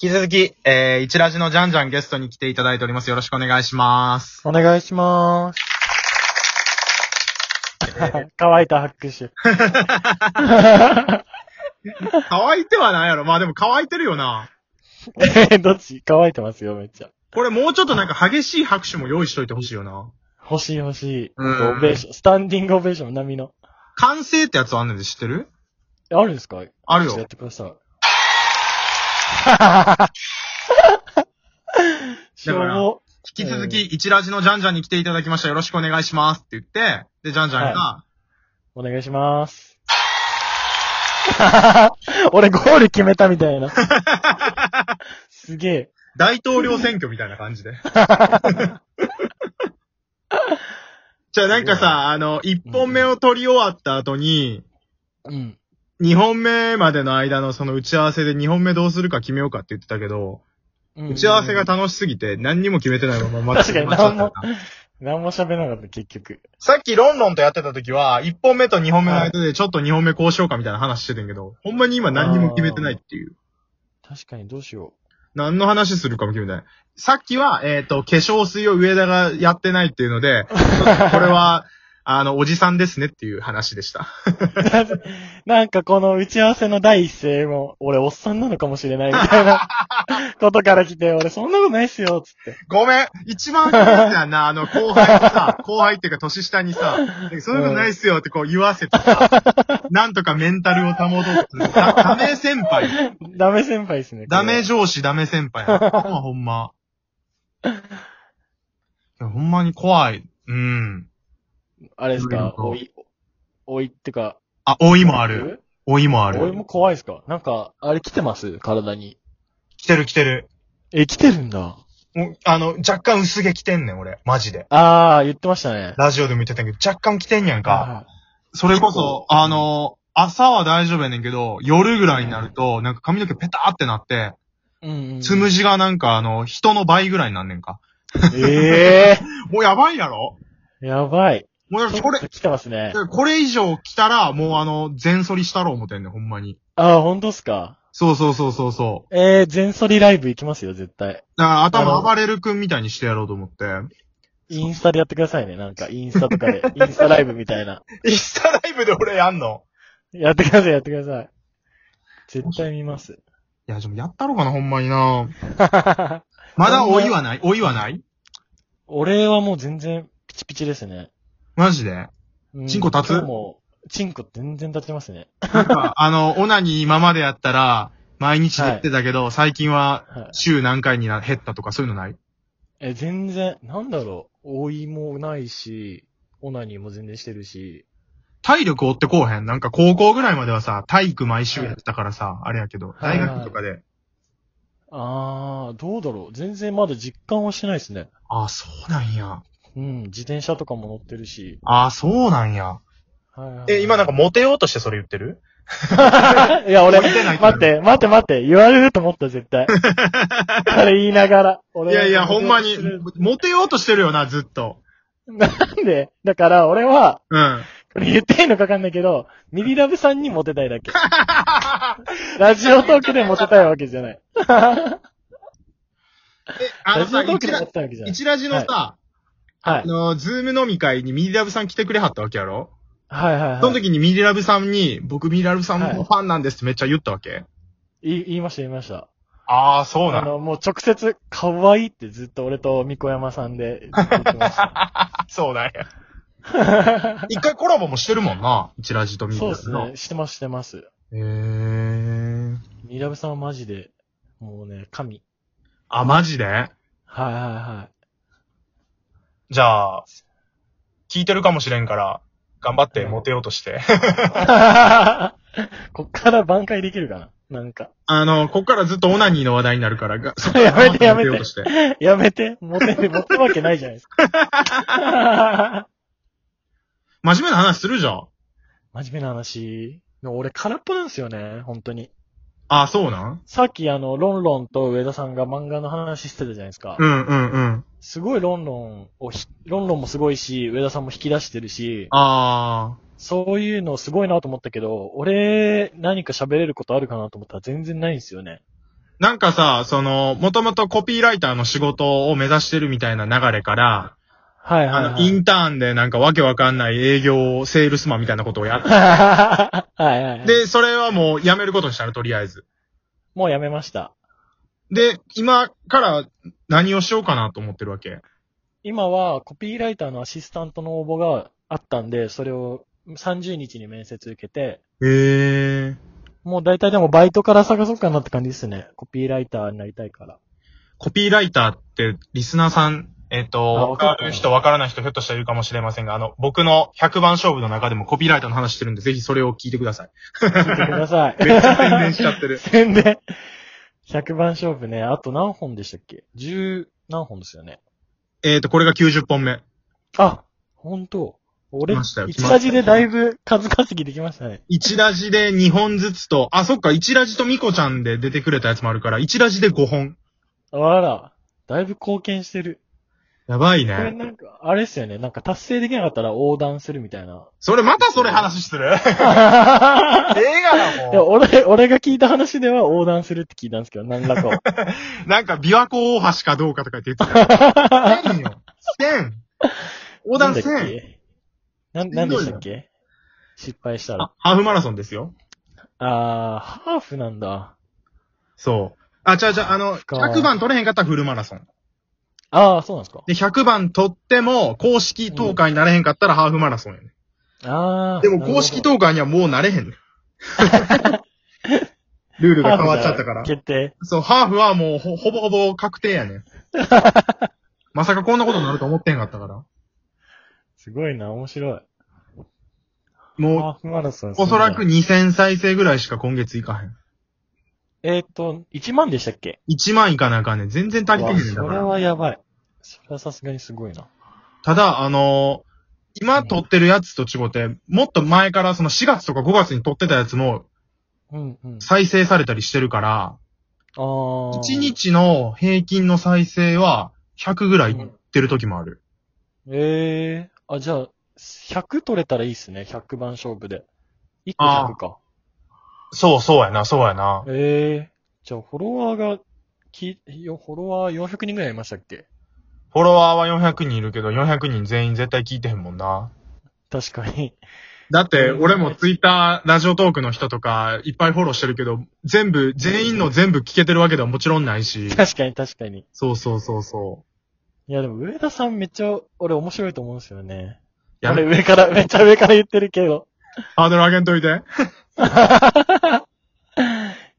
引き続き、えー、一ラジのジャンジャンゲストに来ていただいております。よろしくお願いします。 お願いしまーす。 乾いた拍 手。乾いてはないやろ。まあでも乾いてるよな。え、どっち乾いてますよ、めっちゃ。これもうちょっとなんか激しい拍手も用意しといてほしいよな。欲しい欲しい。うんなんかオベーション、スタンディングオベーション、波の。完成ってやつあんねんで知ってるえあるんですかあるちょっとやよっ。てくだ さい。しょだからぼ。引き続き、一ラジのジャンジャンに来ていただきました。よろしくお願いしますって言って、で、ジャンジャンが、お願いしまーす。 俺ゴール決めたみ たいな。すげえ。大統領選挙みたいな感じで。 じゃあなんかさ、あの、一本目を撮り終わった後に、うん。二本目までの間のその打ち合わせで二本目どうするか決めようかって言ってたけど、うん打ち合わせが楽しすぎて何にも決めてないまま待確っかてましたに何も、何も喋らなかった、結局。さっきロンロンとやってた時は、一本目と二本目の間でちょっと二本目こうしようかみたいな話してたんやけど、ほんまに今何にも決めてないっていう。確かにどうしよ何の話するかも決めてない。さっきは、えっ、と、化粧水を上田がやってないっていうの で、これは、あの、おじさんですねっていう話でした。う。なぜなんかこの打ち合わせの第一声も、俺おっさんなのかもしれないみたい なことから来て、俺そんなことないっすよ、つって。ごめん一番嫌いだ な、あの、後輩にさ、後輩っていうか年下にさ、そういうことないっすよってこう言わせて さ、なんとかメンタルを保とうとする。ダダメ先輩。ダメ先輩ですね。ダメじ上司、ダメ先輩。ほんまほんま。いやほんまに怖い。うん。あれでいすろいかろ、とおい、おいってか。あ、老いもある。。老いもあおいる。も怖いっすかなんか、あれ来てます体に。来てる来てる。え、来てるんだ。もうあの、若干薄毛来てんねん、俺。マジで。あー、言ってましたね。ラジオでも言ってたんやけど、若干来てんやんか。あそれこそ、あの、朝は大丈夫やねんけど、夜ぐらいになると、なんか髪の毛ペターってなって、ー。うん、うん。つむじがなんかあの、人の倍ぐらいになんねんか。ええもうやばいやろー。やばい。もうだからこれ、来てますね。これ以上来たら、もうあの、全剃りしたろう思てんねん、ほんまに。あー、ほんとっすか。そうそうそうそうそう。えー、全ソリライブ行きますよ、絶対。だから頭あの暴れる君みたいにしてやろうと思って。インスタでやってくださいね。なんか、インスタとか で。インスタライブみたいな。インスタライブで俺やんのやってください、やってください。絶対 見ます。いや、でもやったろうかな、ほんまにな。ままだだ老老いいははない老いはない俺はもう全然ピチピチですね。マジでうんチンコ立つ今日もう、チンコ全然立ちますね。なんか、あの、オナに今までやったら、毎日でってたけど、最近ははい、週何回にな減ったとかそういうのないえ、全然、なんだろう。老いもないし、オナニーも全然してるし。体力追ってこうへんなんか高校ぐらいまではさ、体育毎週やってたからさ、あれやけど、は大い学とかで。あー、どうだろう。全然まだ実感はしてないですね。ああ、そうなんや。うん、自転車とかも乗ってるし。ああ、そうなんや。はいはいはいえ、今なんかモテようとしてそれ言ってる いや、俺、降りてない待って、待って、待って、言われると思った、絶 対。あれ言いながら。い俺やいや、ほんまにする、モテようとしてるよな、ずっと。なんでだから、俺は、うん。これ言っていいのかわかんないけど、ミリラブさんにモテたい だけ。ラジオトークでモテたいわけじゃない。あラのジさ、オトー一クでモラテたいわけじゃない。一ラジのさ、はあい。の、ズーム飲み会にミリラブさん来てくれはったわけやろはいはいはい。その時にミリラブさんに、僕ミリラブさんのファンなんですってめっちゃ言ったわけ、言い言いました、言いました。ああ、そうあなの。の、もう直接、可愛いってずっと俺と三小山さんで言って ま し そうだよ。た一回コラボもしてるもんな。一ラジとミリそうラでブすの。ね。してます、してます。へえ。ミリラブさんはマジで、もうね、神。あ、マジではいはいはい。じゃあ、聞いてるかもしれんから、頑張ってうんモテようとして。こっから挽回できるかななんか。 あの、こっからずっとオナニーの話題になるから、がそこ やめてやめ頑張ってモテようとして。やめて。モテ る、モテるわけないじゃないです か。真面目な話するじゃん。真面目な話。俺空っぽなんですよね、本当に。あ、そうなんさっきあの、ロンロンと上田さんが漫画の話してたじゃないですか。うんうんうん。すごいロンロンをひ、ロンロンもすごいし、上田さんも引き出してるし、あそういうのすごいなと思ったけど、俺、何か喋れることあるかなと思ったら全然ないんですよね。ー。なんかさ、その、もともとコピーライターの仕事を目指してるみたいな流れから、はいはい、あの、はい。インターンでなんかわけわかんない営業を、セールスマンみたいなことをやっはいはい。て、、で、それはもうやめることにしたの、とりあえず。もうやめました。で、今から何をしようかなと思ってるわけ。今はコピーライターのアシスタントの応募があったんで、それを30日に面接受けて、へえ。もう大体でもバイトから探そうかなって感じですね。コピーライターになりたいから。コピーライターって、リスナーさん、えっ、と、あわわかるかる人、わからない人、ひょっとしたらいるかもしれませんが、あの、僕の100番勝負の中でもコピーライターの話してるんで、ぜひそれを聞いてくだ さい。聞いてください。めっちゃ宣伝しちゃってる宣伝。100番勝負ね。あと何本でしたっけ ?10 何本ですよね。えっと、これが90本目。あ、ほんと。俺、来ましたよ一ラジでだいぶ数稼ぎできましたね。 1ラジで2本ずつと、あ、そっか、1ラジとミコちゃんで出てくれたやつもあるから、1ラジで5本。あら、だいぶ貢献してる。やばいこね。れなんか、あれですよね。なんか達成できなかったら横断するみた いな。それ、またそれ話す るええがな、いや、も俺、俺が聞いた話では横断するって聞いたんですけど、何らかを。う。 なんか、琵琶湖大橋かどうかとか言っ てた。せんよ。せん。 横断せなんだっん。けな、なんでしたっけ失敗したら。あ、ハーフマラソンですよ。あー、ハーフなんだ。そう。あ、じゃあじゃあ、あの、か100番取れへんかったらフルマラソン。あー、そうなんですか。で、100番取っても、公式投下になれへんかったらハーフマラソンやね。あー。でも、公式と投下にはもうなれへ んね。ルールが変わっちゃったから。決定。そう、ハーフはもうほほぼほぼ確定やね。 まさかこんなことになると思ってへんかったから。すごいな、面白い。ハもーフマラソン。う、おそらく。2000再生ぐらいしか今月いかへん。えーっと、1万でしたっけ1万いかなあかんねん。全然足りてへんねんだうかわそれら。はやばい。それはさすがにすごいな。ただ、あのー今撮ってるやつと違って、もっと前からその4月とか5月に撮ってたやつもうんうん。再生されたりしてるから、あー。 1。日の平均の再生は100ぐらいいってる時もある。えー。あ、じゃあ、100取れたらいいっすね。100番勝負で。1個あー100か。そうそうやな、そうやな。ええじゃあ、フォロワーが、き、よ、フォロワー400人ぐらいいましたっけフォロワーは400人いるけど、400人全員絶対聞いてへんもんな。確かに。だって、俺もツイッター、ラジオトークの人とか、いっぱいフォローしてるけど、全部、全員の全部聞けてるわけではもちろんないし。確かに、確かに。そうそうそうそいや、でも、上田さんめっちゃ、俺面白いと思うんですよね。う。や俺め、上から、めっちゃ上から言ってるけど。ハードル上げんといて。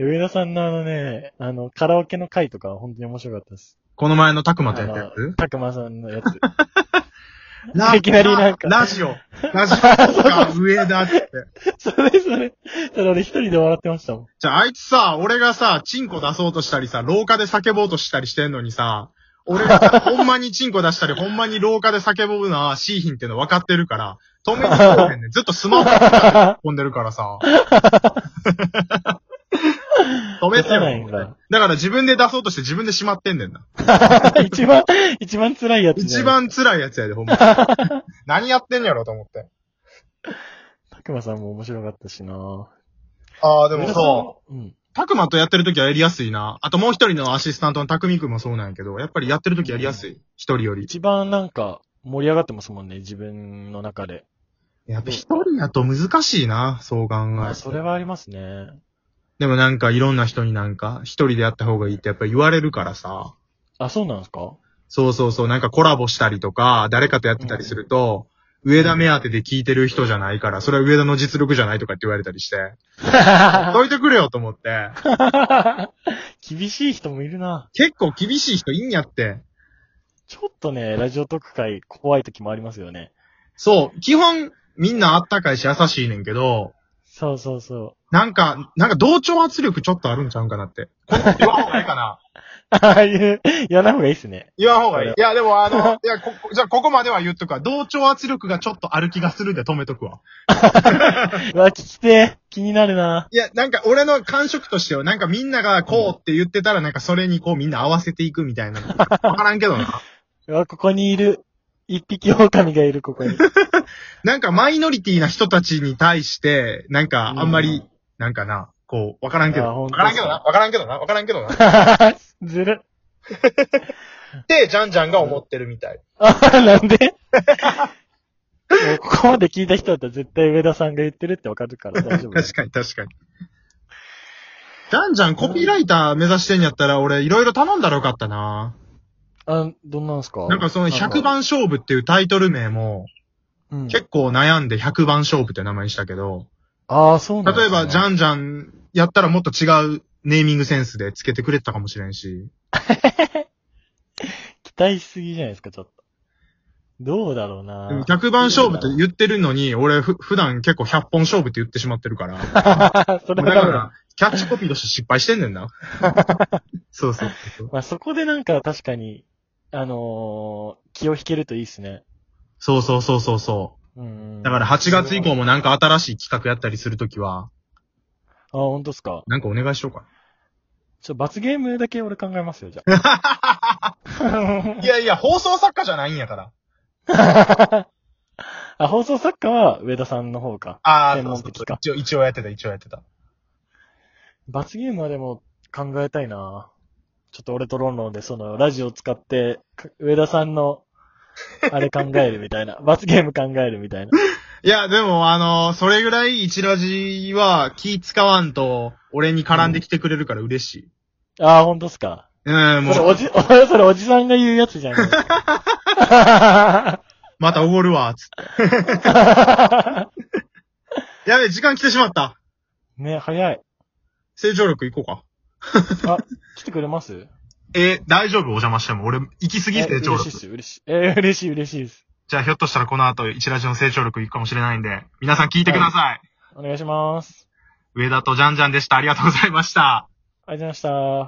上田さんのあのね、あの、カラオケの回とか、本当に面白かったです。この前のたくまとやったやあのつたくまさんのやつ。 ラいきなりなんかララジオ。ラジオとか上だって。それそれ、それ俺一人で笑ってましたもん。じゃあ、あいつさ、俺がさ、チンコ出そうとしたりさ、廊下で叫ぼうとしたりしてんのにさ、俺が さほんまにチンコ出したり、ほんまに廊下で叫ぶのはシーヒンっての分かってるから、止めに来てんねん。ずっとスマホ飛んでるから さ。止め出てさないんよ。だ。だから自分で出そうとして自分でしまってんねんな。 一番、一番辛いやつ、ね。一。番辛いやつやで、ほ んま。何やってんやろと思って。たくまさんも面白かったしなああ、ででもそう。う。うん。たくまとやってる時はやりやすいな。あともう一人のアシスタントのたくみくんもそうなんやけど、やっぱりやってる時やりやすい。一人より。一番なんか盛り上がってますもんね、自分の中で。やっぱ一人やと難しいな、そう考まえあ、るそとれはありますね。でもなんかいろんな人になんか、一人でやった方がいいってやっぱ言われるからさ。あ、そうなんです かそうそうそう、なんかコラボしたりとか、誰かとやってたりすると、上田目当てで聞いてる人じゃないから、それは上田の実力じゃないとかって言われたりして、どいてくれよと思って、厳しい人もいるな。結構厳しい人いいんやって。ちょっとね、ラジオ特会怖い時もありますよね。そう、基本みんなあったかいし優しいねんけど、そうそうそなんか、なんか同調圧力ちょっとあるんちゃうんかなって。これ言わん方がいいかな。う。ああいう、やらない方がいいっすね。言わん方がいい。いや、でもあの、いや、ここ、じゃあここまでは言っとくわ。同調圧力がちょっとある気がするんで止めとくわ。うわ、聞きてえ気になるないや、なんか俺の感触としては、なんかみんながこうって言ってたら、なんかそれにこうみんな合わせていくみたいな。わからんけどな。うわ、ここにいる。一匹狼がいる、こ こに。なんかマイノリティな人たちに対して、なんかあんまり、なんかな、こう、わからんけど。あほわんとからんけどな。わからんけどな。わからんけどな。ずる。って、ジャンジャンが思ってるみたい。ああ、なんで もうここまで聞いた人だったら絶対上田さんが言ってるってわかるから大丈夫だよ確。かに確かに。ジャンジャンコピーライター目指してんやったら俺いろいろ頼んだらよかったな。あ、どんなんすかなんかその100、番勝負っていうタイトル名もうん、結構悩んで100番勝負って名前にしたけど、ああ、そうなん例えばジン。ャンジャンやったらもっと違うネーミングセンスでつけてくれてたかもしれんし。期待しすぎじゃないですか、ちょっと。どうだろうなで も100番勝負って言ってるのに、俺ふ普段結構100本勝負って言ってしまってるから。それもうはだかダメだ ら。、キャッチコピーとして失敗してんねんな。そうそうそう。まあそこでなんか確かに、あのー、気を引けるといいっすね。そうそうそうそうそう。うん。だからあ、 8月以降もなんか新しい企画やったりするときは、ほんとっすか。なんかお願いしようかちょ、罰ゲームだけ俺考えますよ、じゃ あ。な。いやいや、放送作家じゃないんやから。あ、放送作家は上田さんの方か。ああ、専門的か一応、一応やってた、一応やってた。罰ゲームはでも考えたいなちょっと俺とロンロンでそのラジオ使って、か上田さんの、あれ考えるみたいな。罰ゲーム考えるみたいな。いや、でも、あのそれぐらい一ラジは気使わんと、俺に絡んできてくれるから嬉しい。ああ、ほんとっすか。うん、そもれおう、じ、それおじさんが言うやつ じゃん。またおごるわ、つって。やべえ、時間来てしまった。ね、早い。成長力いこうか。あ、来てくれますえー大丈夫お邪魔しても。俺、行き過ぎえ成長嬉しいっ力。す、嬉しい。えー嬉しい、嬉しいです。じゃあ、ひょっとしたらこの後、一ラジの成長力行くかもしれないんで、皆さん聞いてください。お願いします。上田とジャンジャンでした。ありがとうございました。ありがとうございました。